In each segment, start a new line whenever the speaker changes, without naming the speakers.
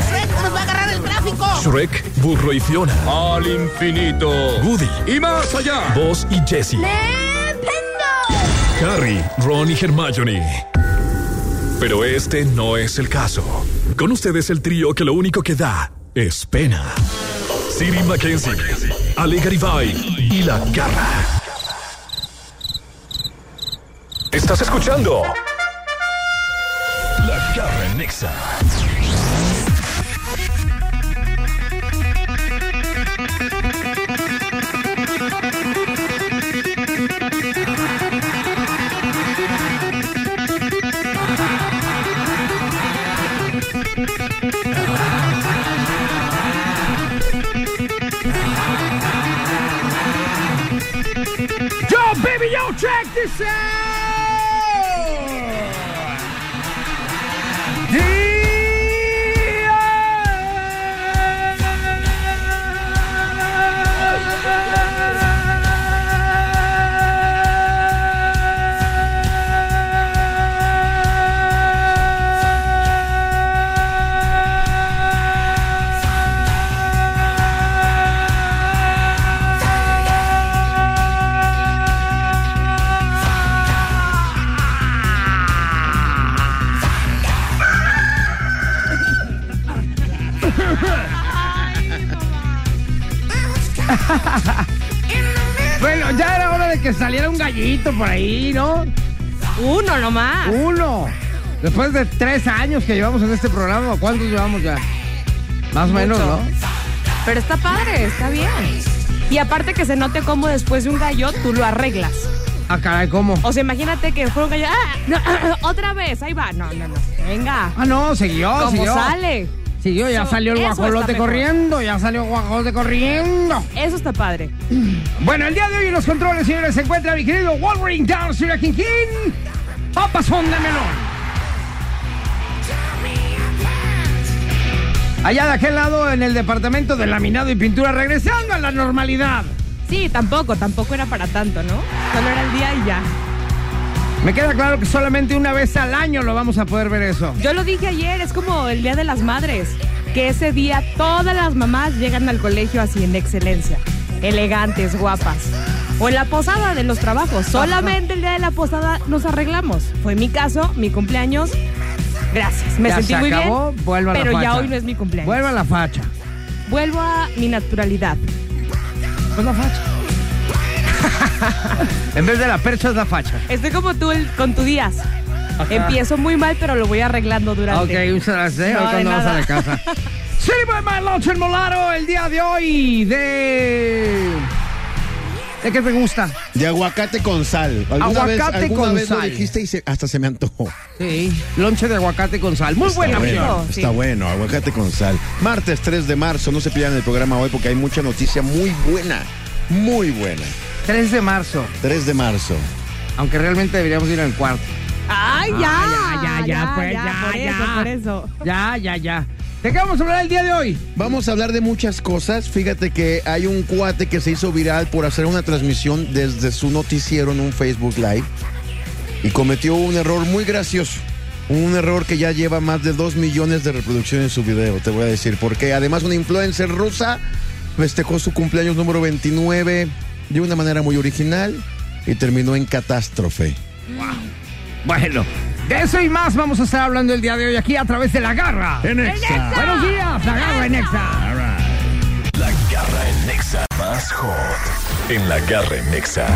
Shrek! ¡Nos va a agarrar el tráfico!
Shrek, Burro y Fiona.
Al infinito.
Woody,
Y más allá.
Buzz y Jessie.
¡Eh,
Harry, Ron y Hermione. Pero este no es el caso. Con ustedes el trío que lo único que da es pena. Siri Mackenzie, Ale Garibay y La Garra. Estás escuchando La Garra en Nexa.
Yo, baby, yo, check this out.
Bueno, ya era hora de que saliera un gallito por ahí, ¿no?
Uno nomás.
Uno. Después de tres años que llevamos en este programa, ¿cuántos llevamos ya? Más o menos,
Mucho.
¿no?
Pero está padre, está bien. Y aparte que se note cómo después de un gallo tú lo arreglas.
Ah, caray, ¿cómo?
O sea, imagínate que fue un gallo. ¡Ah! No, otra vez, ahí va. No, no, no. Venga.
Ah, no, siguió,
¿Cómo
siguió.
sale?
Siguió, ya
Eso-
salió el
eso está
guajolote
mejor.
corriendo, ya salió guajolote corriendo.
Eso está padre.
Bueno, el día de hoy en los controles, señores, se encuentra mi querido Wolverine Down, Sir King King. Papazón de melón. Allá de aquel lado, en el departamento de laminado y pintura, regresando a la normalidad.
Sí, tampoco, tampoco era para tanto, ¿no? Solo era el día y ya.
Me queda claro que solamente una vez al año lo vamos a poder ver eso.
Yo lo dije ayer, es como el Día de las Madres, que ese día todas las mamás llegan al colegio así en excelencia, elegantes, guapas. O en la posada de los trabajos, solamente el día de la posada nos arreglamos. Fue mi caso, mi cumpleaños. Gracias, me
Ya
sentí
se
muy
acabó,
bien.
vuelva a la
pero ya
facha.
hoy no es mi cumpleaños.
Vuelva a la facha.
Vuelvo a mi naturalidad.
Pues la facha. en vez de la percha es la facha.
Estoy como tú el- con tu días. Empiezo muy mal, pero lo voy arreglando
Ok,
durante.
muchas gracias. ¿eh?
No,
Ahorita
de
andamos a
nada.
la casa. Sí, pues, my man, Loncho el Molaro, el día de hoy de... ¿De qué te gusta?
De aguacate con sal. ¿Alguna vez-
Aguacate
alguna
con
vez lo
sal.
dijiste y se- hasta se me antojó.
Sí. Lonche de aguacate con sal. Muy buena
Está
opción.
bueno,
amigo, sí.
está bueno, aguacate con sal. Martes 3 de marzo, no se pierdan el programa hoy porque hay mucha noticia muy buena. Muy buena.
3 de marzo,
3 de marzo.
aunque realmente deberíamos ir al cuarto.
¡Ay, ya!
Ah, ya, ya, pues, ya,
por eso,
ya.
por eso.
Ya, ya, ya. ¿De qué vamos a hablar el día de hoy?
Vamos a hablar de muchas cosas. Fíjate que hay un cuate que se hizo viral por hacer una transmisión desde su noticiero en un Facebook Live y cometió un error muy gracioso. Un error que ya lleva más de 2 millones de reproducciones en su video, te voy a decir. Porque además una influencer rusa festejó su cumpleaños número 29 de una manera muy original y terminó en catástrofe.
Bueno, de eso y más vamos a estar hablando el día de hoy aquí a través de La Garra. Buenos días, La Garra en Exa.
La Garra en Nexa. Más hot en La Garra en Nexa.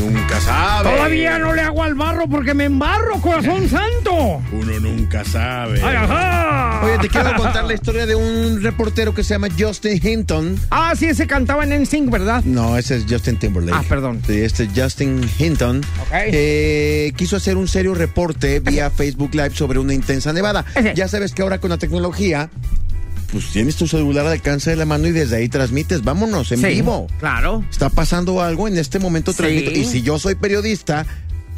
Uno nunca
sabe.
Todavía no le hago al barro porque me embarro, corazón santo.
Eh. Uno nunca sabe.
Ay, ajá.
Oye, te quiero contar la historia de un reportero que se llama Justin Hinton.
Ah, sí, ese cantaba en NSYNC, ¿verdad?
No, ese es Justin Timberlake.
Ah, perdón.
Sí, este Justin Hinton
Ok.
eh, quiso hacer un serio reporte vía Facebook Live sobre una intensa nevada.
Ese.
Ya sabes que ahora con la tecnología, pues tienes tu celular al alcance de la mano y desde ahí transmites. Vámonos, en
Sí,
vivo.
Claro.
Está pasando algo, en este momento
Sí.
transmito. Y si yo soy periodista,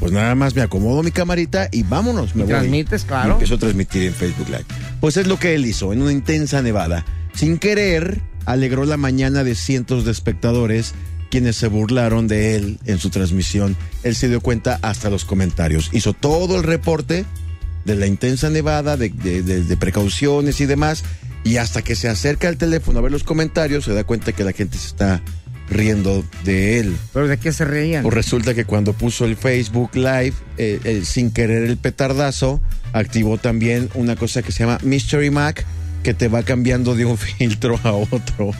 pues nada más me acomodo mi camarita y vámonos. Me voy.
transmites, claro.
Y empiezo a transmitir en Facebook Live. Pues es lo que él hizo, en una intensa nevada. Sin querer, alegró la mañana de cientos de espectadores quienes se burlaron de él en su transmisión. Él se dio cuenta hasta los comentarios. Hizo todo el reporte de la intensa nevada, de, de- de- de precauciones y demás. Y hasta que se acerca al teléfono a ver los comentarios, se da cuenta que la gente se está riendo de él.
Pero ¿de qué se reían?
Pues resulta que cuando puso el Facebook Live, eh, eh, sin querer el petardazo, activó también una cosa que se llama Mystery Mac, que te va cambiando de un filtro a otro.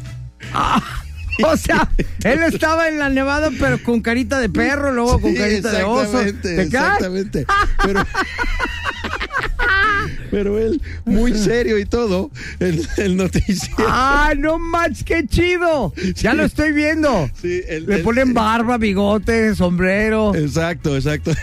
O sea, él estaba en la nevada, pero con carita de perro, luego Oh, con
Sí,
carita de oso.
exactamente,
¿Te cae?
Exactamente. Pero, pero él, muy serio y todo, el, el noticiero.
¡Ah, no manches, qué chido! Ya lo estoy viendo.
Sí, el-
Le
el-
ponen barba, bigote, sombrero.
Exacto, exacto.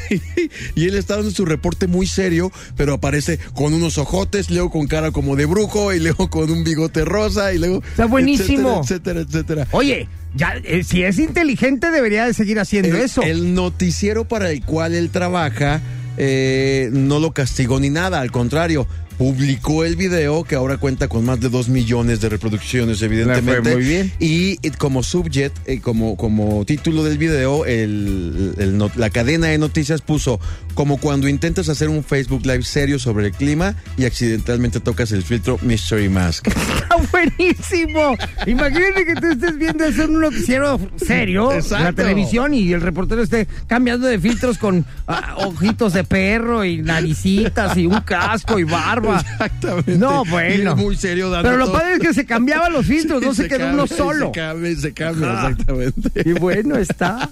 Y él está dando su reporte muy serio, pero aparece con unos ojotes, luego con cara como de brujo, y luego con un bigote rosa, y luego.
Está buenísimo.
Etcétera, etcétera. etcétera.
Oye, ya, eh, si es inteligente debería de seguir haciendo
El,
eso.
el noticiero para el cual él trabaja eh, no lo castigó ni nada, al contrario. Publicó el video que ahora cuenta con más de 2 millones de reproducciones, evidentemente.
muy bien.
Y eh, como subjet, eh, como, como título del video, el- el no- la cadena de noticias puso como cuando intentas hacer un Facebook Live serio sobre el clima y accidentalmente tocas el filtro Mystery Mask.
Está buenísimo. Imagínate que tú estés viendo eso en un noticiero serio, en la
Exacto.
televisión, y el reportero esté cambiando de filtros con ah, ojitos de perro y naricitas y un casco y barba.
Exactamente.
No,
Y él
bueno.
muy serio dando
Pero lo
todo.
padre es que se cambiaban los filtros, no se quedó
cambia,
uno
y
solo.
Se cambia, y se cambia,
Ajá.
exactamente.
Y bueno, está.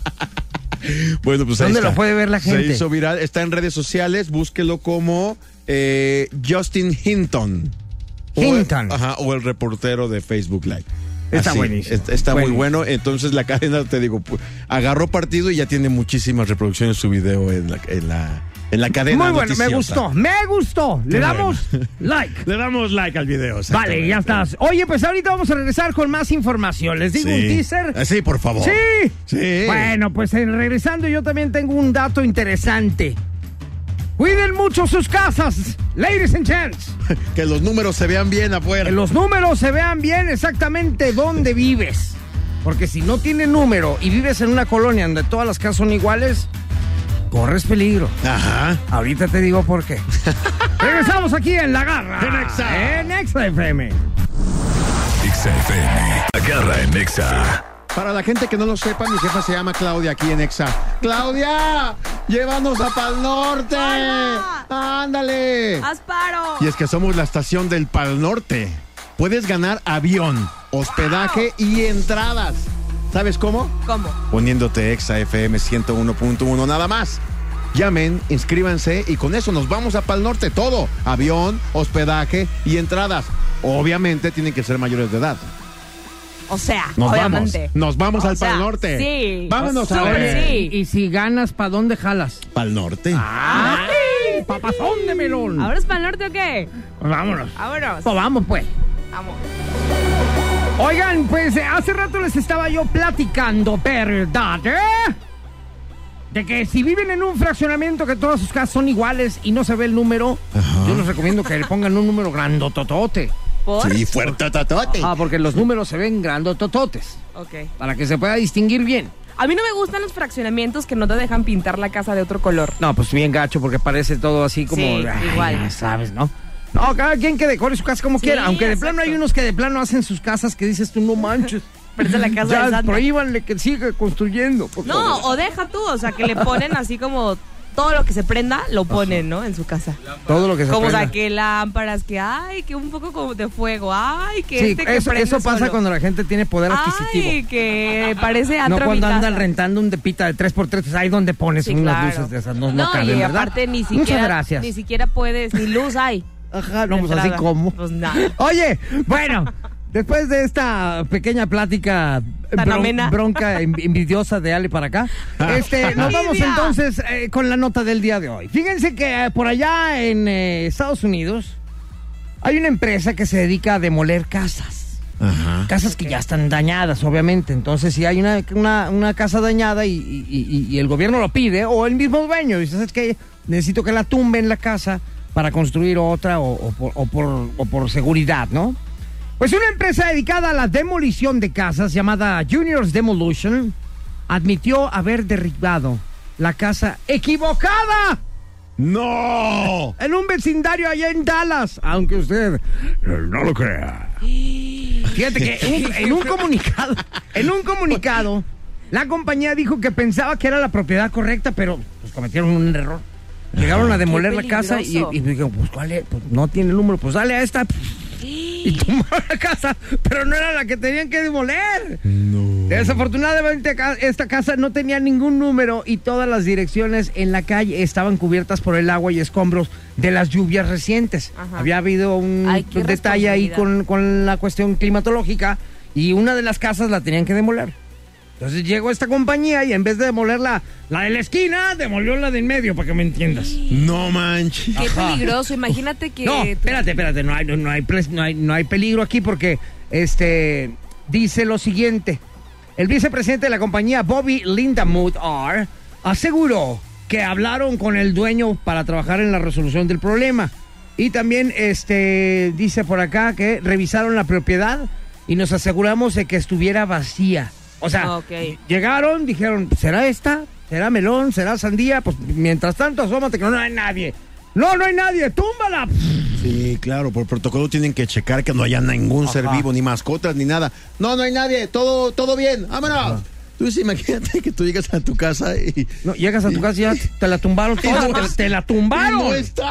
Bueno, pues
¿Dónde
ahí está.
lo puede ver la gente?
Se hizo viral, está en redes sociales, búsquelo como eh, Justin Hinton. O el-
Hinton.
ajá, o el reportero de Facebook Live.
Está
Así,
buenísimo.
est- Está
Buenísimo.
muy bueno. Entonces la cadena, te digo, pu- agarró partido y ya tiene muchísimas reproducciones su video en la, en la, en la cadena.
Muy bueno, me
noticiosa.
gustó, me gustó. Le
Qué
damos
bueno.
like.
Le damos like al video.
Vale, ya
exactamente.
estás. Oye, pues ahorita vamos a regresar con más información. Les digo un
Sí.
teaser.
Ah, Sí, por favor.
Sí.
Sí.
Bueno, pues en regresando yo también tengo un dato interesante. Cuiden mucho sus casas, ladies and gents.
Que los números se vean bien afuera.
Que los números se vean bien exactamente dónde vives. Porque si no tiene número y vives en una colonia donde todas las casas son iguales, corres peligro.
Ajá.
Ahorita te digo por qué. Regresamos aquí en La Garra.
En Exa.
En Exa FM.
Exa FM. Agarra en Exa.
Para la gente que no lo sepa, mi jefa se llama Claudia aquí en Exa. ¡Claudia! ¡Llévanos a Pal Norte!
¡Hola!
¡Ándale!
¡Asparo!
Y es que somos la estación del Pal Norte. Puedes ganar avión, hospedaje y entradas. ¿Sabes cómo?
¿Cómo?
Poniéndote Exa FM 101.1 nada más. Llamen, inscríbanse y con eso nos vamos a Pal Norte todo. Avión, hospedaje y entradas. Obviamente tienen que ser mayores de edad.
O sea,
Nos
obviamente.
vamos. Nos vamos
O
al
sea,
Pal Norte.
sí.
Vámonos a
Súper
ver.
Sí.
Y si ganas, ¿pa' dónde jalas?
Pal Norte.
Ah.
Ah.
¡Ay! ¡Papazón de melón!
¿Ahora es para el norte o qué?
Vámonos.
Vámonos.
Pues vamos, pues.
Vamos.
Oigan, pues eh, hace rato les estaba yo platicando, ¿verdad? eh? De que si viven en un fraccionamiento que todas sus casas son iguales y no se ve el número, yo les recomiendo que le pongan un número grandototote.
¿Por?
Sí, fuerte totote.
Ah, porque los números se ven grandotototes.
Ok.
Para que se pueda distinguir bien.
A mí no me gustan los fraccionamientos que no te dejan pintar la casa de otro color.
No, pues bien gacho, porque parece todo así como.
Sí,
ay,
igual.
ya sabes, ¿no? No, cada quien que decore su casa como
Sí,
quiera. Aunque de plano
exacto.
hay unos que de plano hacen sus casas que dices tú, no manches.
Parece la casa de
ya
Santa.
prohíbanle que siga construyendo. por
No,
favor.
o deja tú, o sea, que le ponen así como todo lo que se prenda lo ponen, ¿no? En su casa.
Todo lo que se
Como, o sea,
prenda.
que lámparas, que ay, que un poco como de fuego, ay, que
Sí,
este que
eso,
prende
eso pasa
solo.
cuando la gente tiene poder adquisitivo.
Ay, que parece
No
atravesada.
cuando andan rentando un depita de 3x3, pues ahí donde pones
Sí,
unas
claro.
luces de esas, no, no, caben,
y
¿verdad?
aparte ni siquiera,
Muchas gracias.
Ni siquiera puedes, ni luz hay.
Ajá, no, pues así
Entrada.
como.
Pues nada.
Oye, bueno, después de esta pequeña plática
Tan amena.
bronca en- envidiosa de Ale para acá, este, nos vamos
Envidia.
entonces eh, con la nota del día de hoy. Fíjense que eh, por allá en eh, Estados Unidos hay una empresa que se dedica a demoler casas. Casas que ya están dañadas, obviamente. Entonces, si hay una, una- una casa dañada y, y- y- y el gobierno lo pide, o el mismo dueño, dices, es que necesito que la tumben la casa para construir otra o, o por, o por- o por seguridad, ¿no? Pues una empresa dedicada a la demolición de casas llamada Juniors Demolition admitió haber derribado la casa equivocada
¡No!
en un vecindario allá en Dallas, aunque usted eh,
No lo crea.
Fíjate que un- en un comunicado, en un comunicado, la compañía dijo que pensaba que era la propiedad correcta, pero pues, cometieron un error. Llegaron a demoler
Qué
la casa y,
peligroso.
y dijeron, pues cuál es, Pues, no tiene el número, pues dale a esta. Y tumbaron la casa, pero no era la que tenían que demoler. Desafortunadamente ca- esta casa no tenía ningún número y todas las direcciones en la calle estaban cubiertas por el agua y escombros de las lluvias recientes.
Ajá.
Había habido un
Ay, qué
detalle ahí con con-
responsabilidad.
con la cuestión climatológica y una de las casas la tenían que demoler. Entonces llegó esta compañía y en vez de demolerla, la de la esquina, demolió la de en medio, para que me entiendas.
No manches.
Qué
Ajá.
peligroso, imagínate que...
Ah. No, espérate, espérate, no hay, no, no hay, pres- no hay- no hay peligro aquí porque este, dice lo siguiente. El vicepresidente de la compañía, Bobby Lindamood R., aseguró que hablaron con el dueño para trabajar en la resolución del problema. Y también este, dice por acá que revisaron la propiedad y nos aseguramos de que estuviera vacía. O sea,
Ah, Ok.
llegaron, dijeron, ¿será esta? ¿Será melón? ¿Será sandía? Pues mientras tanto, asómate que no hay nadie. No, no hay nadie, túmbala.
Sí, claro, por protocolo tienen que checar que no haya ningún ser vivo, ni mascotas, ni nada. No, no hay nadie, todo, todo bien, vámonos. Tú sí, imagínate que tú llegas a tu casa y.
No, llegas a tu casa y ya te la tumbaron toda, te, te la
y no
tumbaron.
está!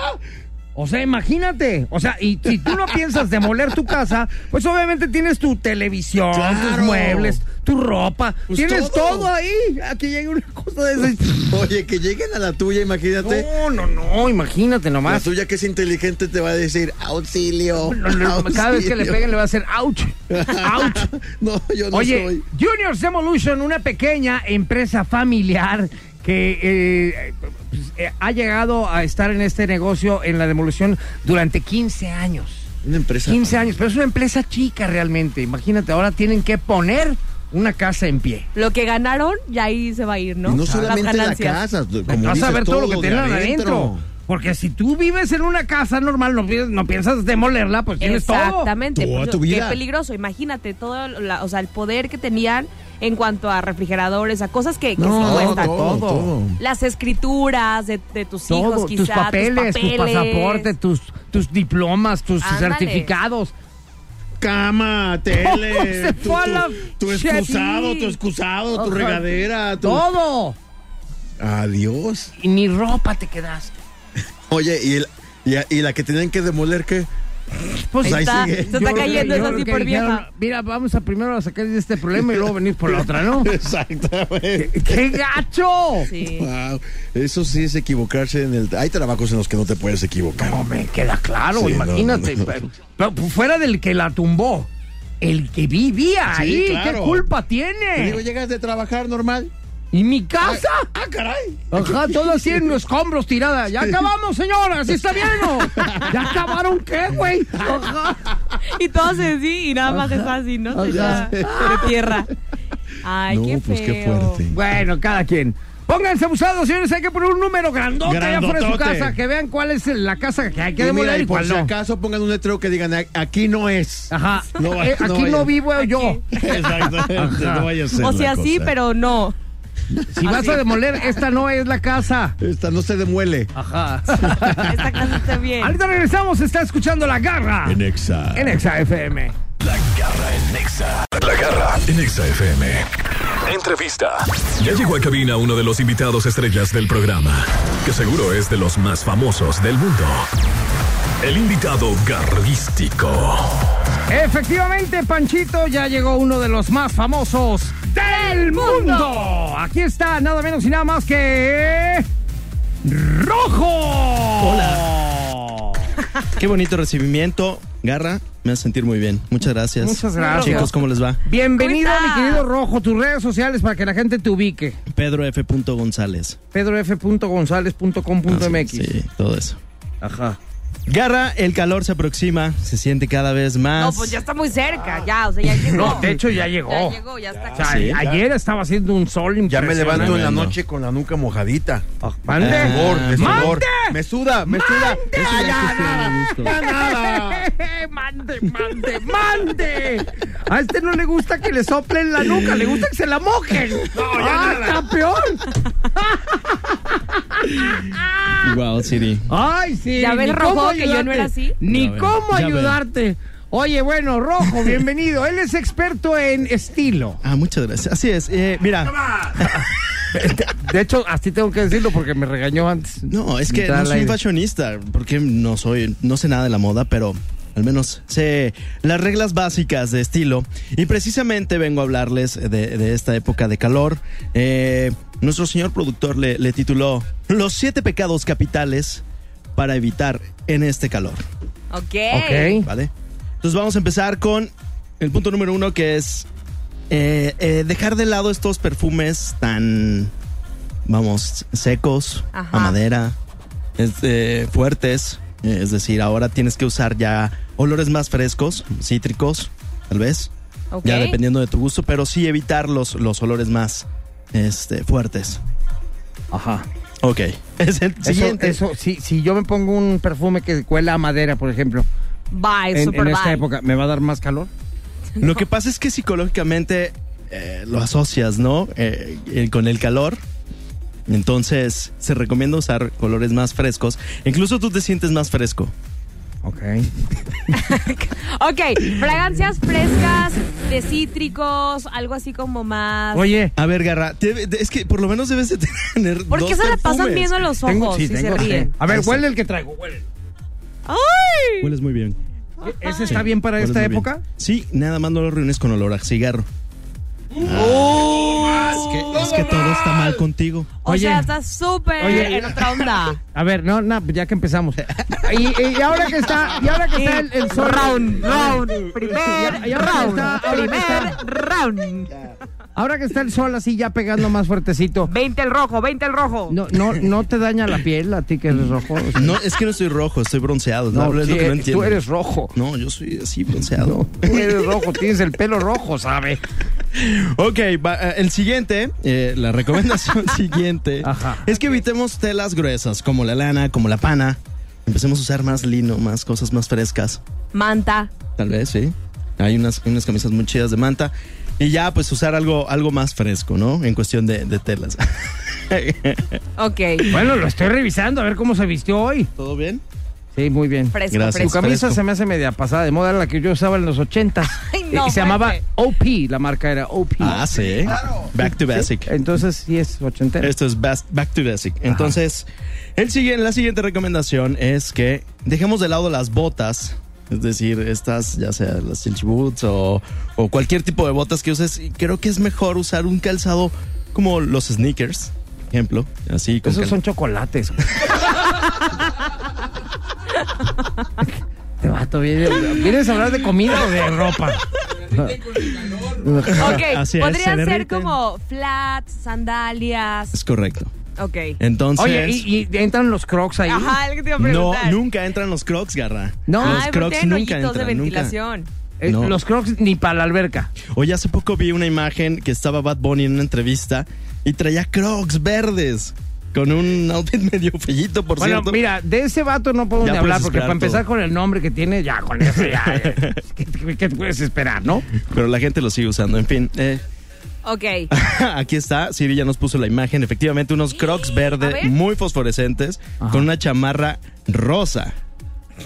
O sea, imagínate. O sea, y si tú no piensas demoler tu casa, pues obviamente tienes tu televisión, tus
Claro.
muebles, tu ropa,
Pues
tienes todo.
todo.
ahí. Aquí llega una cosa de esas.
Oye, que lleguen a la tuya, imagínate.
No, no, no, imagínate
La
nomás.
tuya que es inteligente te va a decir auxilio.
No, no,
Ah,
no, Cada vez que le
auxilio".
peguen le va a hacer ouch, ouch.
No, yo no
Oye,
soy.
Juniors Demolition, una pequeña empresa familiar que eh, pues, eh, ha llegado a estar en este negocio, en la demolición, durante 15 años.
Una empresa.
15 años, pero es una empresa chica realmente. Imagínate, ahora tienen que poner una casa en pie.
Lo que ganaron, ya ahí se va a ir, ¿no?
Y no
Las
solamente la
ganancias.
casa, como
Vas a
dices,
ver todo lo que
de
tienen adentro. Porque si tú vives en una casa normal, no, pi- no piensas demolerla, pues tienes todo.
Exactamente.
Toda
Pues,
tu vida.
Qué peligroso, imagínate todo, la- o sea, el poder que tenían en cuanto a refrigeradores, a cosas que, que
No,
sí cuestan.
todo, todo.
Las escrituras de, de tus hijos,
Todo,
quizá,
tus papeles, tu
papeles.
pasaporte, tus, tus diplomas, tus
Ándale.
certificados.
Cama, tele.
Se
tu,
fue a la
tu- tu excusado,
Chevy.
tu excusado, tu
Ajá.
regadera. Tu...
Todo.
Adiós.
Y ni ropa te quedaste.
Oye, ¿y, el- y, a- y la que tenían que demoler, ¿qué?
Pues
Ahí
Está-
sigue.
se está
Yo creo
cayendo,
que-
es
yo
así
creo que
por
dijeron,
vieja.
Mira, vamos a primero a sacar de este problema y luego venir por la otra, ¿no?
Exactamente.
¡Qué gacho!
Sí.
Wow, eso sí es equivocarse en el. Hay trabajos en los que no te puedes equivocar.
No me queda claro,
Sí, no,
imagínate.
no, no.
Pero, pero pues, fuera del que la tumbó, el que vivía
Sí,
ahí, ¿qué
claro.
culpa
Te
tiene?
digo, llegas de trabajar normal.
¿Y mi casa?
Ah, caray.
Ajá, todo así en escombros tirada. Ya acabamos, señora, ¿sí está bien o? ¿Ya acabaron qué, güey? Ajá.
Y todo se sí, y nada más está así, ¿no?
Ajá.
Está De tierra. Ay,
no,
qué
pues qué
feo.
fuerte.
Bueno, cada quien. Pónganse abusados, señores. Hay que poner un número grandote allá afuera de su
Grandotote.
casa. Que vean cuál es la casa que hay que
Y mira,
demoler
y
y
por
cuál
si
no.
acaso pongan un letrero que digan, "A- aquí no es.
Ajá.
No
Eh,
vaya- no
aquí no,
vaya.
vivo yo.
Exactamente. No vaya a ser.
O
la
sea, sí,
cosa.
pero no.
Si vas
Así.
a demoler, esta no es la casa.
Esta no se demuele.
Ajá.
Esta casa está bien.
Ahorita regresamos. Está escuchando La Garra
En Exa.
en Exa FM.
La garra en Nexa. La garra en Nexa FM. Entrevista. Ya llegó a cabina uno de los invitados estrellas del programa, que seguro es de los más famosos del mundo. El invitado garrístico.
Efectivamente, Panchito, ya llegó uno de los más famosos del mundo. Aquí está, nada menos y nada más que. ¡Rojo! Hola.
Qué bonito recibimiento, Garra. Me hace sentir muy bien. Muchas gracias.
Muchas gracias.
Chicos, ¿cómo les va?
Bienvenido,
¿Cómo
mi
está?
querido Rojo, tus redes sociales para que la gente te ubique.
Pedro F.
Ah,
González.
pedrof.gonzález.com.mx.
Sí, todo eso.
Ajá.
Garra, el calor se aproxima. Se siente cada vez más.
No, pues ya está muy cerca, ya, o sea, ya llegó.
No, de hecho ya llegó.
ya llegó, ya está
O
acá.
sea,
Sí, ya.
ayer estaba haciendo un sol
Ya me
impresionante.
levanto en la
Tremendo.
noche con la nuca mojadita.
Mande.
Ah,
Sudor, de sudor.
¡Mande!
Me suda, me suda. Eso ya es cuestión de gusto.
¡Mande, mande, mande! A este no le gusta que le soplen la nuca, le gusta que se la mojen. ¡Ah, está peor!
Wow, Siri.
¡Ay, sí!
¿Ya ves,
ni
Rojo,
cómo
que yo no era así?
Ni
Ya ves,
cómo
ya ves.
ayudarte. Oye, bueno, Rojo, bienvenido. Él es experto en estilo.
Ah, muchas gracias. Así es. Eh, mira,
De hecho, así tengo que decirlo porque me regañó antes.
no, es que
Mitad
no
al
soy
aire.
fashionista, porque no soy, no sé nada de la moda, pero al menos sé las reglas básicas de estilo. Y precisamente vengo a hablarles de, de esta época de calor. Eh, nuestro señor productor le, le tituló Los siete pecados capitales para evitar en este calor.
Ok.
Ok.
¿Vale? Entonces vamos a empezar con el punto número uno que es eh, eh, dejar de lado estos perfumes tan, vamos, secos,
Ajá.
a madera, este, fuertes. Eh, Es decir, ahora tienes que usar ya olores más frescos, cítricos, tal vez.
Ok.
Ya dependiendo de tu gusto, pero sí evitar los, los olores más este, fuertes.
Ajá.
Ok. Es el
Eso,
siguiente.
eso, si, si yo me pongo un perfume que cuela a madera, por ejemplo,
Bye,
en,
super
en esta
bye.
época, ¿me va a dar más calor?
Lo que pasa es que psicológicamente eh, lo asocias, ¿no? Eh, eh, con el calor. Entonces se recomienda usar colores más frescos. Incluso tú te sientes más fresco.
Ok.
Ok, fragancias frescas, de cítricos, algo así como más.
Oye,
A ver, Garra, te- te- es que por lo menos debes de tener.
¿Por qué
dos
se la pasan
perfumes.
viendo los ojos
tengo, sí,
si
tengo.
se ríen?
A ver,
Exacto.
huele el que traigo, huele.
¡Ay!
Hueles muy bien.
¿Ese está bien para
Hueles
esta
muy bien.
época?
Sí, nada más no lo reúnes con olor a cigarro.
¡Oh!
Ah, es que, es que todo está mal contigo.
O
Oye.
sea, está súper
Oye.
en otra onda.
A ver, no, no, ya que empezamos. Y, y ahora que está, y ahora que está el, el sol.
Round, round, primer
Y ahora que
round,
está- ahora que
primer
está-
round.
Ahora que está el sol así ya pegando más fuertecito.
20 el rojo, 20 el rojo.
No, no, no te daña la piel a ti que eres rojo. O sea,
No, es que no estoy rojo, estoy bronceado. No, es
sí,
lo que no
eh,
entiendo.
tú eres rojo.
No, yo soy así bronceado.
Tú eres rojo, tienes el pelo rojo, ¿sabe?
Ok, va, eh, el siguiente, eh, la recomendación siguiente
Ajá.
es que evitemos telas gruesas como la lana, como la pana. Empecemos a usar más lino, más cosas más frescas,
Manta.
tal vez, sí. Hay unas, unas camisas muy chidas de manta. Y ya, pues usar algo, algo más fresco, ¿no? En cuestión de, de telas.
Ok.
Bueno, lo estoy revisando a ver cómo se vistió hoy.
¿Todo bien?
Sí, muy bien.
Fresco,
Gracias.
Tu
fresco.
camisa
Fresco.
se me hace media pasada de moda, era la que yo usaba en los ochentas.
Ay,
Eh,
no,
se llamaba
fuerte.
OP, la marca era OP.
Ah, sí. Back to basic.
Entonces sí es ochentera.
Esto es bas- Back to Basic. Entonces, el siguiente, la siguiente recomendación es que dejemos de lado las botas. Es decir, estas, ya sea las Silch Boots o, o cualquier tipo de botas que uses. Y Creo que es mejor usar un calzado como los sneakers, por ejemplo. Así con
Esos
cal-
son chocolates. güey. Te vato, viene- ¿vienes a hablar de comida o de ropa?
Ok,
Así es,
podrían ser
se derriten.
como flats, sandalias.
Es correcto.
Ok.
Entonces,
Oye, ¿y, y entran los crocs ahí?
Ajá, algo que te iba a
Eh, no,
preguntar.
nunca entran los crocs, garra.
No.
los
Ay, pero
crocs
tienen
nunca
hoyitos de
entran. nunca.
ventilación.
Eh,
no.
Los crocs ni para la alberca.
Oye, hace poco vi una imagen que estaba Bad Bunny en una entrevista y traía crocs verdes con un outfit medio fellito, por
Bueno,
cierto.
mira, de ese vato no podemos
Ya
ni
puedes
hablar porque
esperar
para empezar
todo.
con el nombre que tiene, ya con eso ya. ya. ¿Qué, qué- qué puedes esperar, no?
Pero la gente lo sigue usando. En fin, eh,
Ok.
aquí está. Siri ya nos puso la imagen. Efectivamente, unos crocs verdes
ver.
muy fosforescentes con una chamarra rosa.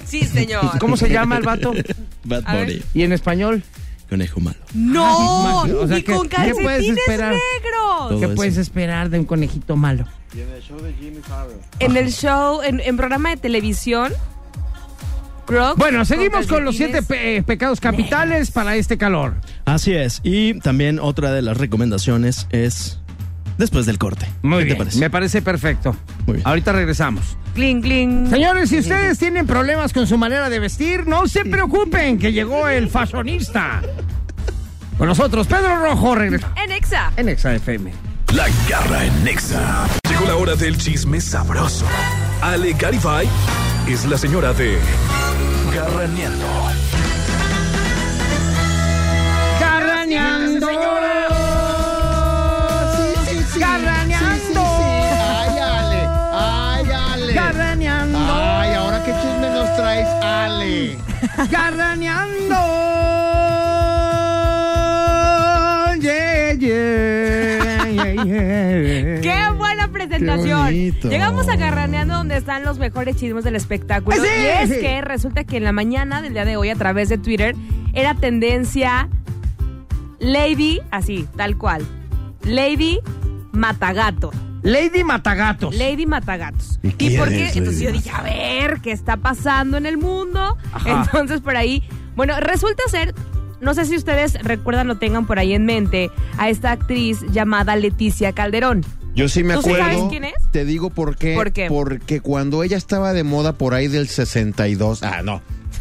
Sí, señor.
¿Cómo se llama el vato?
Bad
A ver.
Bunny.
¿Y en español?
conejo malo.
¡No!
Imagínate, o sea,
¡Y
¿qué-
con
qué puedes
calcetines
esperar?
negros!
Todo
¿Qué
eso.
puedes esperar de un conejito malo?
En el show, en, en programa de televisión. Crocs
Bueno, seguimos con los siete
calcetines.
pe- eh, pecados capitales para este calor.
Así es. Y también otra de las recomendaciones es después del corte.
Muy
¿Qué
bien,
te parece?
me parece perfecto.
Muy bien.
Ahorita regresamos.
Cling, cling.
Señores, si ustedes tienen problemas con su manera de vestir, no se preocupen que llegó el fashionista. Con nosotros, Pedro Rojo, regresa
En Exa.
en Exa FM.
La garra en Nexa. Llegó la hora del chisme sabroso. Ale Garifay es la señora de Garraneando.
Carraneando, carraneando,
Ay, Ale. Ay, Ale.
carraneando,
Ay, ahora qué chisme nos traes, Ale.
carraneando. Yeah, yeah, yeah, yeah.
¡Qué buena presentación!
bonito.
Llegamos a Garraneando, donde están los mejores chismes del espectáculo.
¡Sí!
Y es que resulta que en la mañana del día de hoy, a través de Twitter, era tendencia Lady, así, tal cual. Lady Matagato.
Lady Matagatos.
Lady Matagatos.
¿Y quién
por qué?
es Lady
Entonces yo dije, a ver, ¿qué está pasando en el mundo?
Ajá.
Entonces por ahí, bueno, resulta ser, no sé si ustedes recuerdan o tengan por ahí en mente a esta actriz llamada Leticia Calderón.
Yo sí me
¿Tú sí
acuerdo.
sabes quién es?
Te digo por qué.
¿Por qué?
Porque cuando ella estaba de moda por ahí del 62. Ah, no.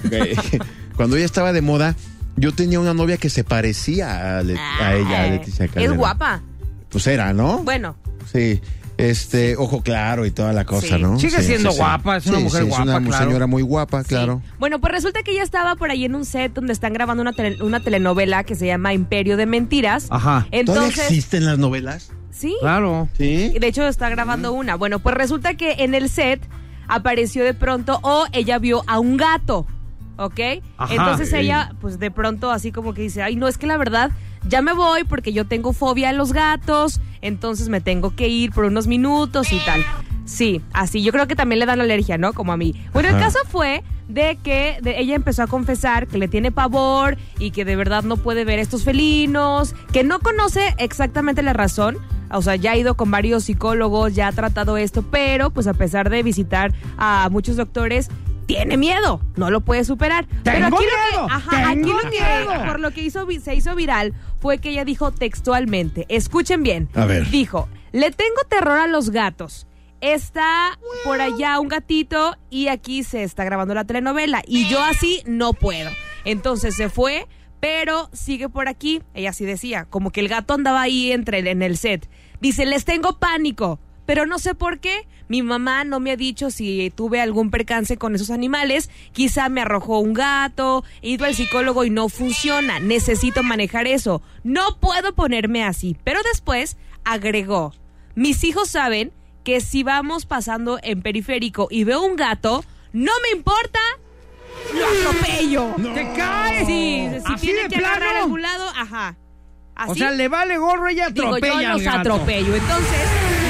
Ok. cuando ella estaba de moda, yo tenía una novia que se parecía a, Le- a ella, a
Ay,
Ah, Leticia
Ah, eh. Es
Calderón.
guapa.
Pues era, ¿no?
Bueno,
Sí. Este, ojo claro y toda la cosa,
Sí.
¿no?
Sigue siendo guapa, es una mujer
es una
guapa,
mu-
claro.
señora muy guapa, claro.
Sí. Bueno, pues resulta que ella estaba por ahí en un set donde están grabando una, tele- una telenovela que se llama Imperio de Mentiras.
Ajá.
¿Todavía
Entonces,
existen las novelas?
sí,
Claro.
Sí.
de hecho está grabando una. Bueno, pues resulta que en el set apareció de pronto o ella vio a un gato, ¿ok?
Ajá.
Entonces ella, pues de pronto así como que dice, ay, no, es que la verdad, ya me voy porque yo tengo fobia a los gatos, entonces me tengo que ir por unos minutos y tal. Sí, así. Yo creo que también le dan alergia, ¿no? Como a mí. Bueno, el
Ajá.
caso fue de que de- ella empezó a confesar que le tiene pavor y que de verdad no puede ver estos felinos, que no conoce exactamente la razón. O sea, ya ha ido con varios psicólogos, ya ha tratado esto, pero pues a pesar de visitar a muchos doctores, tiene miedo, no lo puede superar. pero
¡Tengo
aquí
miedo!
lo que, ajá, aquí
¡Tengo
lo que-
miedo!
por lo que hizo, vi- se hizo viral fue que ella dijo textualmente, escuchen bien,
A ver.
dijo, le tengo terror a los gatos. Está por allá un gatito y aquí se está grabando la telenovela y yo así no puedo. Entonces se fue, pero sigue por aquí. Ella así decía, como que el gato andaba ahí entre en el set. Dice, les tengo pánico, pero no sé por qué. Mi mamá no me ha dicho si tuve algún percance con esos animales. Quizá me arrojó un gato, he ido al psicólogo y no funciona. Necesito manejar eso. No puedo ponerme así. Pero después agregó, mis hijos saben que si vamos pasando en periférico y veo un gato, no me importa, lo atropello.
¡Te caes!
Sí, si
¿Así
tiene
de
que
plano?
agarrar algún lado, ajá. Así
O sea, le vale gorro ella
digo,
atropella
yo
al
los
gato.
atropello. Entonces,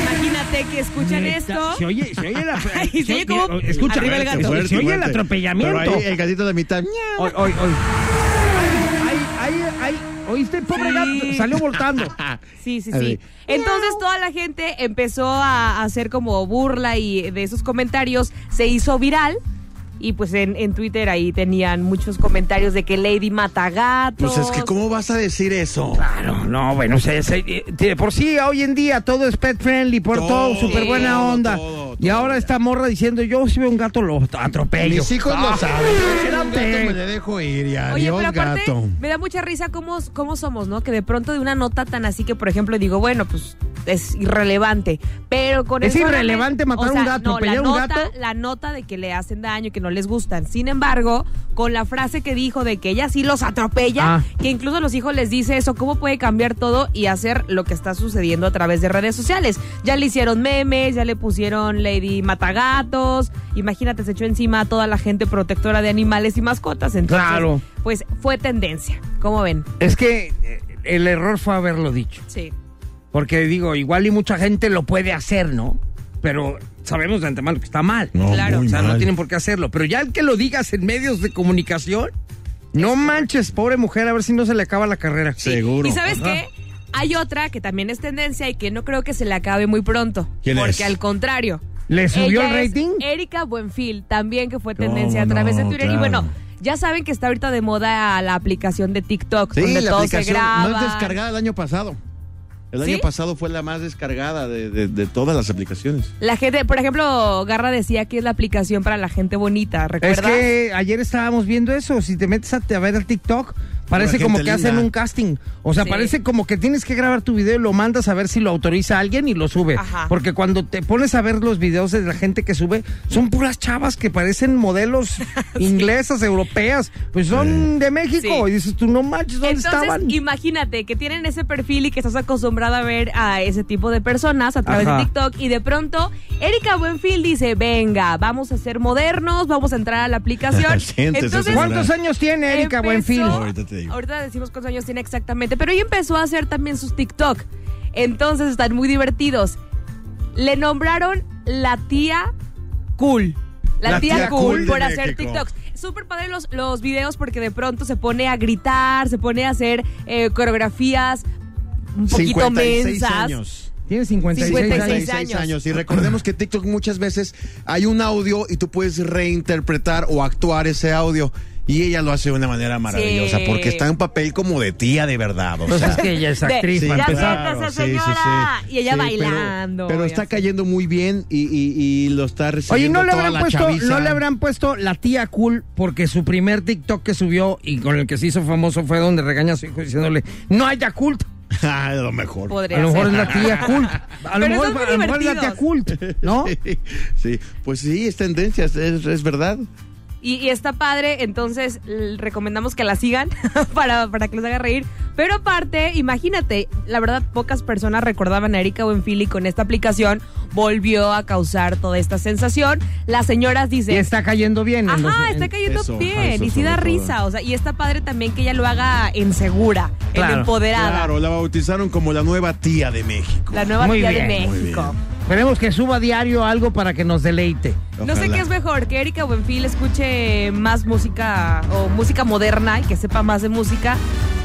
imagínate que escuchan
Neta,
esto.
Se oye, se oye la.
Ay, se oye como
Escucha,
arriba el gato.
se oye el
Fuerte.
atropellamiento.
Pero ahí el gatito de mitad.
Hoy, hoy, hoy. Ay, ay, ay, oíste, pobre
Sí.
gato, salió voltando.
Sí, sí,
Así.
sí. Entonces toda la gente empezó a hacer como burla y de esos comentarios se hizo viral. Y pues en, en Twitter ahí tenían muchos comentarios de que Lady mata gatos.
Pues es que, ¿cómo vas a decir eso?
Claro, no, bueno, se- se- de por sí, hoy en día todo es pet friendly, por todo,
Todo,
súper buena
todo,
onda.
todo,
y ahora esta morra diciendo, yo si veo un gato lo atropello.
Mis hijos
Ah.
lo saben. Yo era un gato,
Espérate.
me le dejo ir y
Oye,
adiós,
pero aparte
gato.
me da mucha risa cómo, cómo somos, ¿no? Que de pronto de una nota tan así que, por ejemplo, digo, bueno, pues es irrelevante, pero con
Es
eso solamente-
irrelevante matar
o sea,
un gato,
no, la
pelear un
nota,
gato.
La nota de que le hacen daño, que no les gustan. Sin embargo, con la frase que dijo de que ella sí los atropella,
Ah.
que incluso a los hijos les dice eso, cómo puede cambiar todo y hacer lo que está sucediendo a través de redes sociales. Ya le hicieron memes, ya le pusieron Lady Matagatos, imagínate, se echó encima a toda la gente protectora de animales y mascotas. Entonces,
Claro.
Pues fue tendencia, como ven.
Es que eh, el error fue haberlo dicho.
Sí.
Porque digo, igual y mucha gente lo puede hacer, ¿no? Pero sabemos de antemano que está mal.
No,
Claro.
muy
O sea, no
mal.
tienen por qué hacerlo. Pero ya el que lo digas en medios de comunicación, No manches, pobre mujer, a ver si no se le acaba la carrera.
Seguro.
¿Y sabes qué? Hay otra que también es tendencia y que no creo que se le acabe muy pronto.
¿Quién
porque
es?
al contrario.
¿Le subió
ella
el
es
rating?
Erika Buenfil, también que fue tendencia a
¿Cómo
través de
no?
Twitter. Y
Claro.
bueno, ya saben que está ahorita de moda la aplicación de TikTok,
Sí,
donde
la
todo se
aplicación
graba.
más descargada el año pasado. El
¿Sí?
año pasado fue la más descargada de, de- de todas las aplicaciones.
La gente, por ejemplo, Garra decía que es la aplicación para la gente bonita,
Es
¿recuerdas?
que ayer estábamos viendo eso. Si te metes a, a ver el TikTok, parece
gente
como que hacen
linda.
un casting. O sea,
Sí.
parece como que tienes que grabar tu video y lo mandas a ver si lo autoriza alguien y lo sube.
Ajá.
Porque cuando te pones a ver los videos de la gente que sube, son puras chavas que parecen modelos inglesas, europeas. Pues son de México.
Sí.
Y dices tú, no manches, ¿dónde
Entonces,
estaban?
imagínate que tienen ese perfil y que estás acostumbrado a ver a ese tipo de personas a través
Ajá.
de TikTok y de pronto Erika Buenfil dice, venga, vamos a ser modernos, vamos a entrar a la aplicación.
Siéntese,
Entonces,
señora.
¿Cuántos años tiene Erika
empezó-
Buenfil?
Ahorita te digo.
Ahorita decimos cuántos años tiene exactamente, pero ella empezó a hacer también sus TikTok. Entonces están muy divertidos. Le nombraron la tía cool. La, tía, cool,
cool de
por hacer
México.
TikToks. Súper padre los, los videos porque de pronto se pone a gritar, se pone a hacer eh, coreografías un poquito
56
mensas.
años.
Tiene 56,
56
años.
años.
Y recordemos que TikTok muchas veces hay un audio y tú puedes reinterpretar o actuar ese audio. Y ella lo hace de una manera maravillosa
Sí.
porque está en papel como de tía de verdad. O sea.
Entonces, que ella Pues es
De-
actriz.
ya
para empezar.
siéntese, señora. Y ella
pero-
bailando.
Pero, está cayendo muy bien y, y- y lo está
Oye,
recibiendo
¿no le,
toda
habrán
la
puesto,
chaviza.
¿no le habrán puesto la tía cool? Porque su primer TikTok que subió y con el que se hizo famoso fue donde regaña a su hijo diciéndole, no hay ya cult.
Ah, lo mejor.
A lo mejor es la tía cult. A lo,
Pero
mejor,
son muy
a lo mejor es la tía
divertidos.
cult, ¿no?
Sí, pues sí, es tendencia, es, es verdad.
Y, y está padre, entonces l- recomendamos que la sigan para, para que les haga reír. Pero aparte, imagínate, la verdad pocas personas recordaban a Erika Buenfil y con esta aplicación volvió a causar toda esta sensación. Las señoras
Y
dicen...
está cayendo bien. en los-
Ajá,
en-
está cayendo
eso, ajá,
bien
eso
y sí da
sobre todo.
risa, o sea, y está padre también que ella lo haga en segura, en
Claro,
empoderada,
Claro, la bautizaron como la nueva tía de México.
la nueva
Muy
tía de
bien, muy
México.
Esperemos que suba diario algo para que nos deleite.
No sé
Ojalá.
qué es mejor, que Erika Buenfil escuche más música o música moderna y que sepa más de música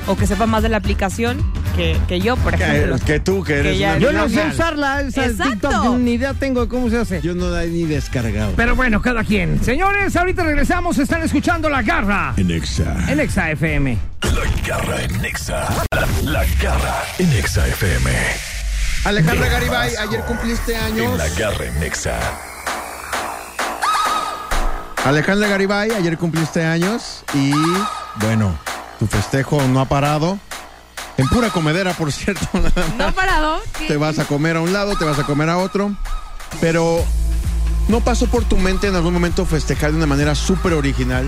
o que sepa más de la aplicación que, que yo, por ejemplo.
Que, que tú, que eres
Que ya-
una
Yo no sé
millennial.
usarla, esa
Exacto.
TikTok, ni idea tengo de cómo se hace.
Yo no la he ni descargado.
Pero bueno, cada quien. Señores, ahorita regresamos, están escuchando La Garra
En Exa.
en Exa FM.
La garra en Exa. La, la garra en Exa FM.
Alejandra Garibay, ayer este cumpliste
En
años.
la garra en Exa.
Alejandra Garibay, ayer cumpliste años. Y bueno, tu festejo no ha parado. En pura comedera, por cierto.
No ha parado. que-
te vas a comer a un lado, te vas a comer a otro. Pero no pasó por tu mente en algún momento festejar de una manera súper original.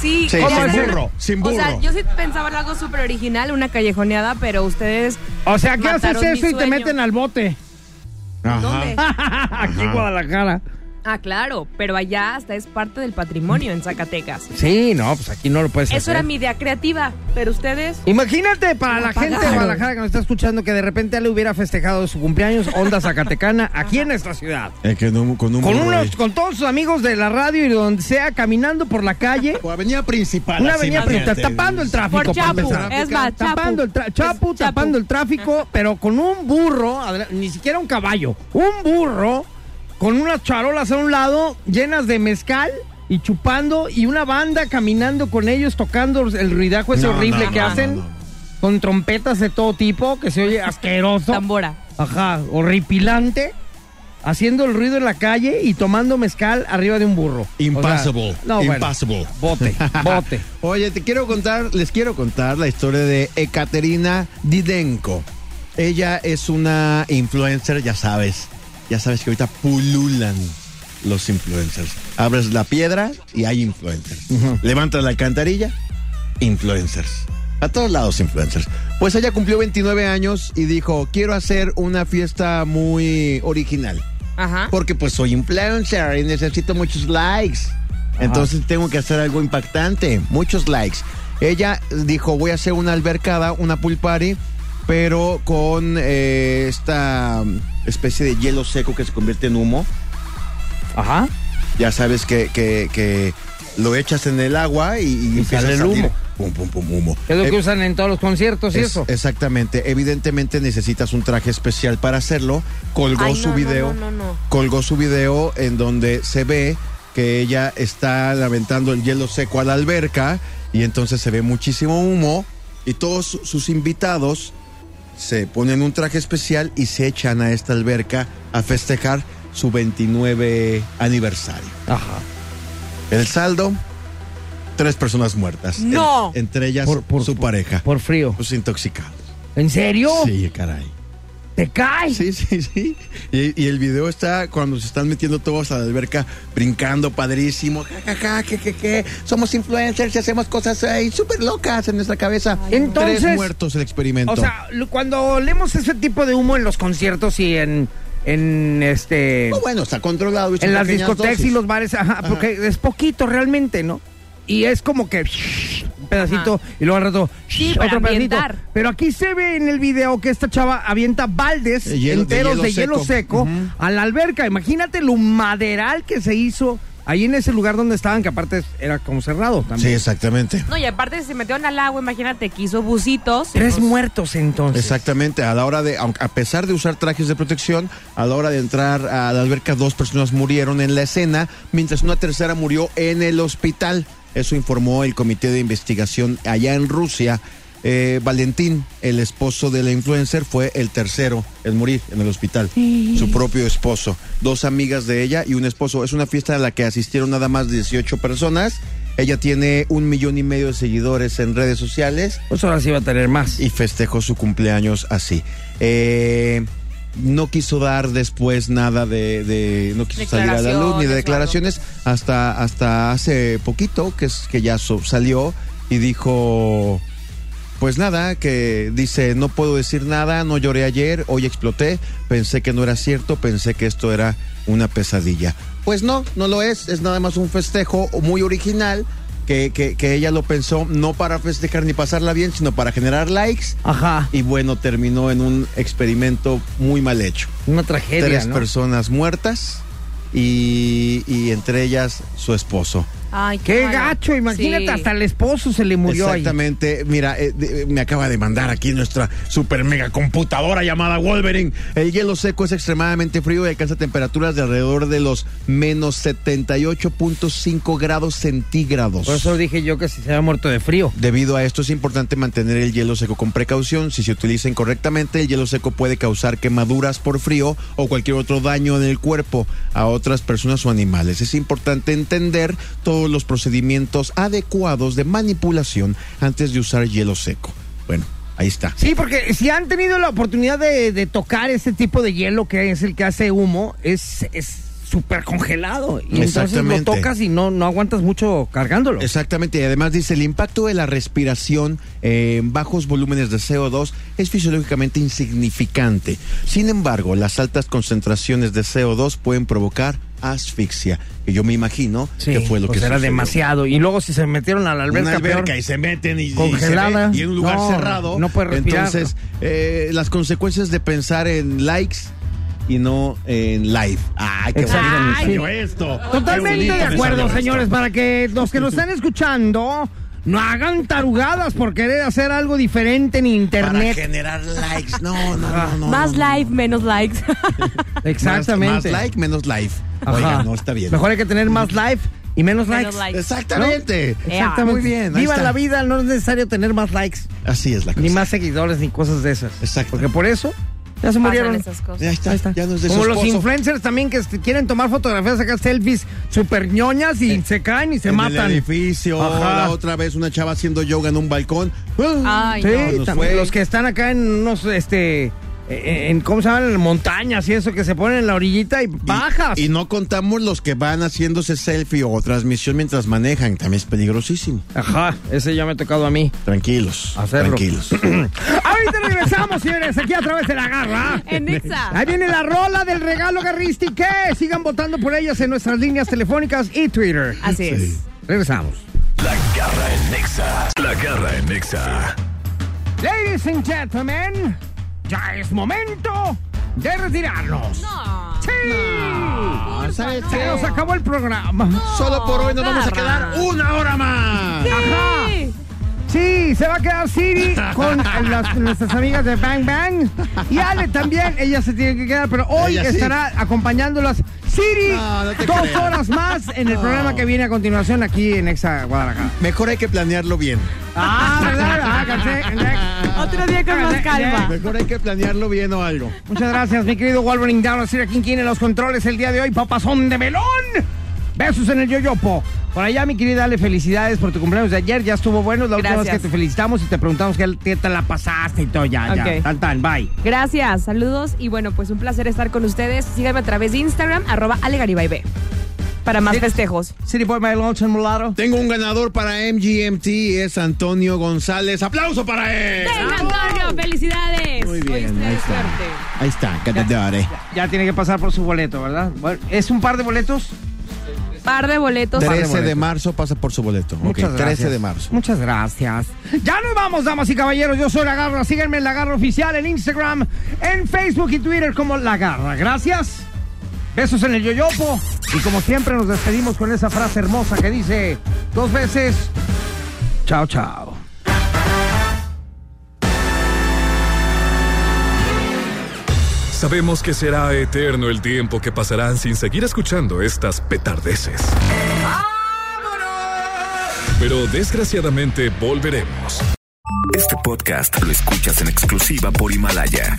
Sí,
Sí,
ya
sin
sé.
burro, sin
O sea,
burro.
yo sí pensaba en algo súper original, una callejoneada, pero ustedes.
O sea, ¿qué
Mataron
haces
mi
eso y te
sueño.
meten al bote?
¿Dónde?
Aquí en Guadalajara.
Ah, claro, pero allá hasta es parte del patrimonio en Zacatecas.
Sí, no, pues aquí no lo puedes
Eso era mi idea creativa, pero ustedes.
Imagínate para la gente de
pagaron.
Guadalajara que nos está escuchando que de repente le hubiera festejado su cumpleaños Onda Zacatecana aquí en nuestra ciudad.
con
Con unos, con todos sus amigos de la radio y donde sea, caminando por la calle.
Por avenida principal.
Una
así,
avenida
imagínate.
principal, tapando el tráfico.
Por
para
Chapu,
empezar.
es más, Chapu.
este Tapando el tra- Chapu,
Es Chapu.
tapando el tráfico, pero con un burro, adela- ni siquiera un caballo, un burro con unas charolas a un lado llenas de mezcal y chupando y una banda caminando con ellos tocando el ruidajo ese
No,
horrible
no,
que
no,
hacen
no, no.
con trompetas de todo tipo que se oye asqueroso.
Tambora.
Ajá, horripilante. Haciendo el ruido en la calle y tomando mezcal arriba de un burro.
Impossible,
bueno,
impossible.
bote, bote.
Oye, te quiero contar, les quiero contar la historia de Ekaterina Didenko. Ella es una influencer, ya sabes. Ya sabes que ahorita pululan los influencers. Abres la piedra y hay influencers. Levantas la alcantarilla, influencers. A todos lados influencers. Pues ella cumplió 29 años y dijo, quiero hacer una fiesta muy original.
Ajá.
Porque pues soy influencer y necesito muchos likes. Entonces tengo que hacer algo impactante, muchos likes. Ella dijo, voy a hacer una albercada, una pool party, pero con eh, esta especie de hielo seco que se convierte en humo.
Ajá.
Ya sabes que, que- que lo echas en el agua y, y empieza
sale
a
el
salir.
humo.
Pum, pum, pum, humo.
Es lo que
Eh,
usan en todos los conciertos y
es- eh,
eso.
Exactamente. Evidentemente necesitas un traje especial para hacerlo. Colgó
Ay, no,
su
no,
video.
no, no, no.
Colgó su video en donde se ve que ella está lamentando el hielo seco a la alberca y entonces se ve muchísimo humo y todos su- sus invitados se ponen un traje especial y se echan a esta alberca a festejar su 29 aniversario.
Ajá.
El saldo, tres personas muertas.
No.
En- entre ellas
Por- por-
su pareja.
Por frío.
Los intoxicados.
¿En serio?
Sí, caray.
¿Te caes?
Sí, sí, sí. Y, y el video está cuando se están metiendo todos a la alberca, brincando padrísimo. Ja, ja, ja, que, que, que. Somos influencers y hacemos cosas ahí súper locas en nuestra cabeza.
Entonces-
Tres muertos el experimento.
O sea, lo- cuando olemos ese tipo de humo en los conciertos y en, en este
No, bueno, está controlado. y son
en las
Pues pequeñas
discotecas y
dosis.
los bares, ajá, porque es poquito realmente, ¿no? Y es como que un pedacito y luego al rato
Sí,
otro
para
pedacito.
ambientar.
Pero aquí se ve en el video que esta chava avienta baldes
De hielo- de
enteros
hielo
de hielo
seco.
seco,
Ujú.
a la alberca. Imagínate lo maderal que se hizo ahí en ese lugar donde estaban, que aparte era como cerrado
Sí,
también.
exactamente.
No, y aparte se metieron al agua, imagínate que hizo bucitos.
Tres muertos entonces.
Exactamente, a la hora de, aunque- a pesar de usar trajes de protección, a la hora de entrar a la alberca, dos personas murieron en la escena, mientras una tercera murió en el hospital. Eso informó el comité de investigación allá en Rusia. Eh, Valentín, el esposo de la influencer, fue el tercero en morir en el hospital. Su propio esposo. Dos amigas de ella y un esposo. Es una fiesta a la que asistieron nada más 18 personas. Ella tiene un millón y medio de seguidores en redes sociales
Pues ahora sí va a tener más.
y festejó su cumpleaños así. Eh, no quiso dar después nada de, de- no quiso salir a la luz ni de
Declaraciones,
declaraciones hasta hasta hace poquito que es que ya so- salió y dijo pues nada, que dice, no puedo decir nada, no lloré ayer, hoy exploté, pensé que no era cierto, pensé que esto era una pesadilla. Pues no, no lo es, es nada más un festejo muy original que, que- que ella lo pensó no para festejar ni pasarla bien, sino para generar likes.
Ajá.
Y bueno, terminó en un experimento muy mal hecho.
Una tragedia,
Tres
¿no?
personas muertas y, y entre ellas su esposo.
Ay,
Qué
malo.
gacho, imagínate,
Sí.
hasta el esposo se le murió ahí.
Exactamente. Mira, eh, de- eh, me acaba de mandar aquí nuestra super mega computadora llamada Wolverine. El hielo seco es extremadamente frío y alcanza temperaturas de alrededor de los menos 78.5 grados centígrados.
Por eso dije yo que si se había muerto de frío.
Debido a esto es importante mantener el hielo seco con precaución. Si se utiliza incorrectamente, el hielo seco puede causar quemaduras por frío o cualquier otro daño en el cuerpo a otras personas o animales. Es importante entender todos los procedimientos adecuados de manipulación antes de usar hielo seco. Bueno, ahí está.
Sí, porque si han tenido la oportunidad de, de tocar ese tipo de hielo que es el que hace humo, es es súper congelado. Y entonces lo
Exactamente.
tocas y no, no aguantas mucho cargándolo.
Exactamente, y además dice, el impacto de la respiración en bajos volúmenes de CO2 es fisiológicamente insignificante. Sin embargo, las altas concentraciones de CO2 pueden provocar asfixia, que yo me imagino
Sí,
que fue lo
pues
que
era
sucedió.
demasiado. Y luego si se metieron a la alberca,
Una alberca
peor.
y se meten y, y
Congelada.
se ve- y en un lugar
No,
cerrado.
no puede respirar.
Entonces, eh, las consecuencias de pensar en likes y no en live. Ay, qué
Exacto.
bonito.
Ay,
Pero esto. qué
Totalmente
bonito
de
me
acuerdo,
salió
señores,
esto.
para que los que nos están escuchando no hagan tarugadas por querer hacer algo diferente en
Para
internet.
generar likes. No, no, no, no.
Más
no, no.
live, menos likes.
Exactamente.
Más, más like, menos live.
Ajá.
Oiga, no está bien.
Mejor hay que tener más live y menos likes.
Menos likes.
Exactamente.
¿No?
Exactamente.
Muy bien. ahí
Viva
está.
la vida, no es necesario tener más likes,
Así es la cosa.
ni más seguidores, ni cosas de esas.
Exacto.
Porque por eso ya se
Pasan
murieron.
esas cosas.
Ya está,
Ahí está.
Ya nos
Como los influencers también que este, quieren tomar fotografías, sacar selfies super ñoñas y se caen y se
en
matan.
el edificio.
Ajá.
La otra vez una chava haciendo yoga en un balcón.
Ay,
Sí,
no.
nos
también
fue.
los que están acá en unos, este, eh, en, ¿cómo se llaman? En montañas y eso, que se ponen en la orillita y
Y-
bajas.
Y no contamos los que van haciéndose selfie o transmisión mientras manejan. También es peligrosísimo.
Ajá, ese ya me ha tocado a mí.
Tranquilos.
Hacerlo.
Tranquilos.
Ahorita regresamos, señores, aquí a través de la garra.
En Exa.
Ahí viene la rola del regalo garristi que sigan votando por ellas en nuestras líneas telefónicas y Twitter.
Así es.
Regresamos.
La garra en Nexa. La garra en Nexa.
Ladies and gentlemen, ya es momento de retirarnos.
No.
¡Sí!
Ah, ¿sabes
Se
qué?
nos acabó el programa.
Solo por hoy nos vamos a
Garra.
quedar una hora más.
Ajá.
Sí.
Sí, se va a quedar Siri con las- nuestras amigas de Bang Bang. Y Ale también, ella se tiene que quedar, pero hoy
Ella sí.
estará acompañándolas Siri
No, no te
dos
creo.
horas más en el programa que viene a continuación aquí en Exa Guadalajara.
Mejor hay que planearlo bien.
Ah, ¿verdad? Ah, caché.
Otro día con más calma.
Mejor hay que planearlo bien o algo.
Muchas gracias, mi querido Wolverine Down. Así quien tiene los controles el día de hoy, papazón de melón. Besos en el yoyopo. Por allá, mi querida Ale, felicidades por tu cumpleaños de ayer. Ya estuvo bueno. La última vez
Gracias.
que te felicitamos y te preguntamos qué, qué te la pasaste y todo. Ya, ya.
Ok.
Tan, tan. Bye.
Gracias, saludos y bueno, pues un placer estar con ustedes. Síganme a través de Instagram, arroba alegaribayb. Para más
Sí.
festejos.
City Boy, my lunch and mulatto.
Tengo un ganador para MGMT, es Antonio González. ¡Aplauso para él!
¡Venga, Antonio! ¡Felicidades!
Muy bien,
Hoy ustedes
ahí está.
suerte.
Ahí está, que te daré.
Ya tiene que pasar por su boleto, ¿verdad? Bueno, ¿Es un par de boletos?
Par de boletos.
13 de marzo pasa por su boleto. Ok,
Muchas gracias.
13 de marzo.
Muchas gracias. Ya nos vamos, damas y caballeros. Yo soy La Garra. Síganme en La Garra Oficial en Instagram, en Facebook y Twitter como La Garra. Gracias. Besos en el yoyopo. Y como siempre nos despedimos con esa frase hermosa que dice dos veces, chao, chao.
Sabemos que será eterno el tiempo que pasarán sin seguir escuchando estas petardeces. Pero desgraciadamente volveremos. Este podcast lo escuchas en exclusiva por Himalaya.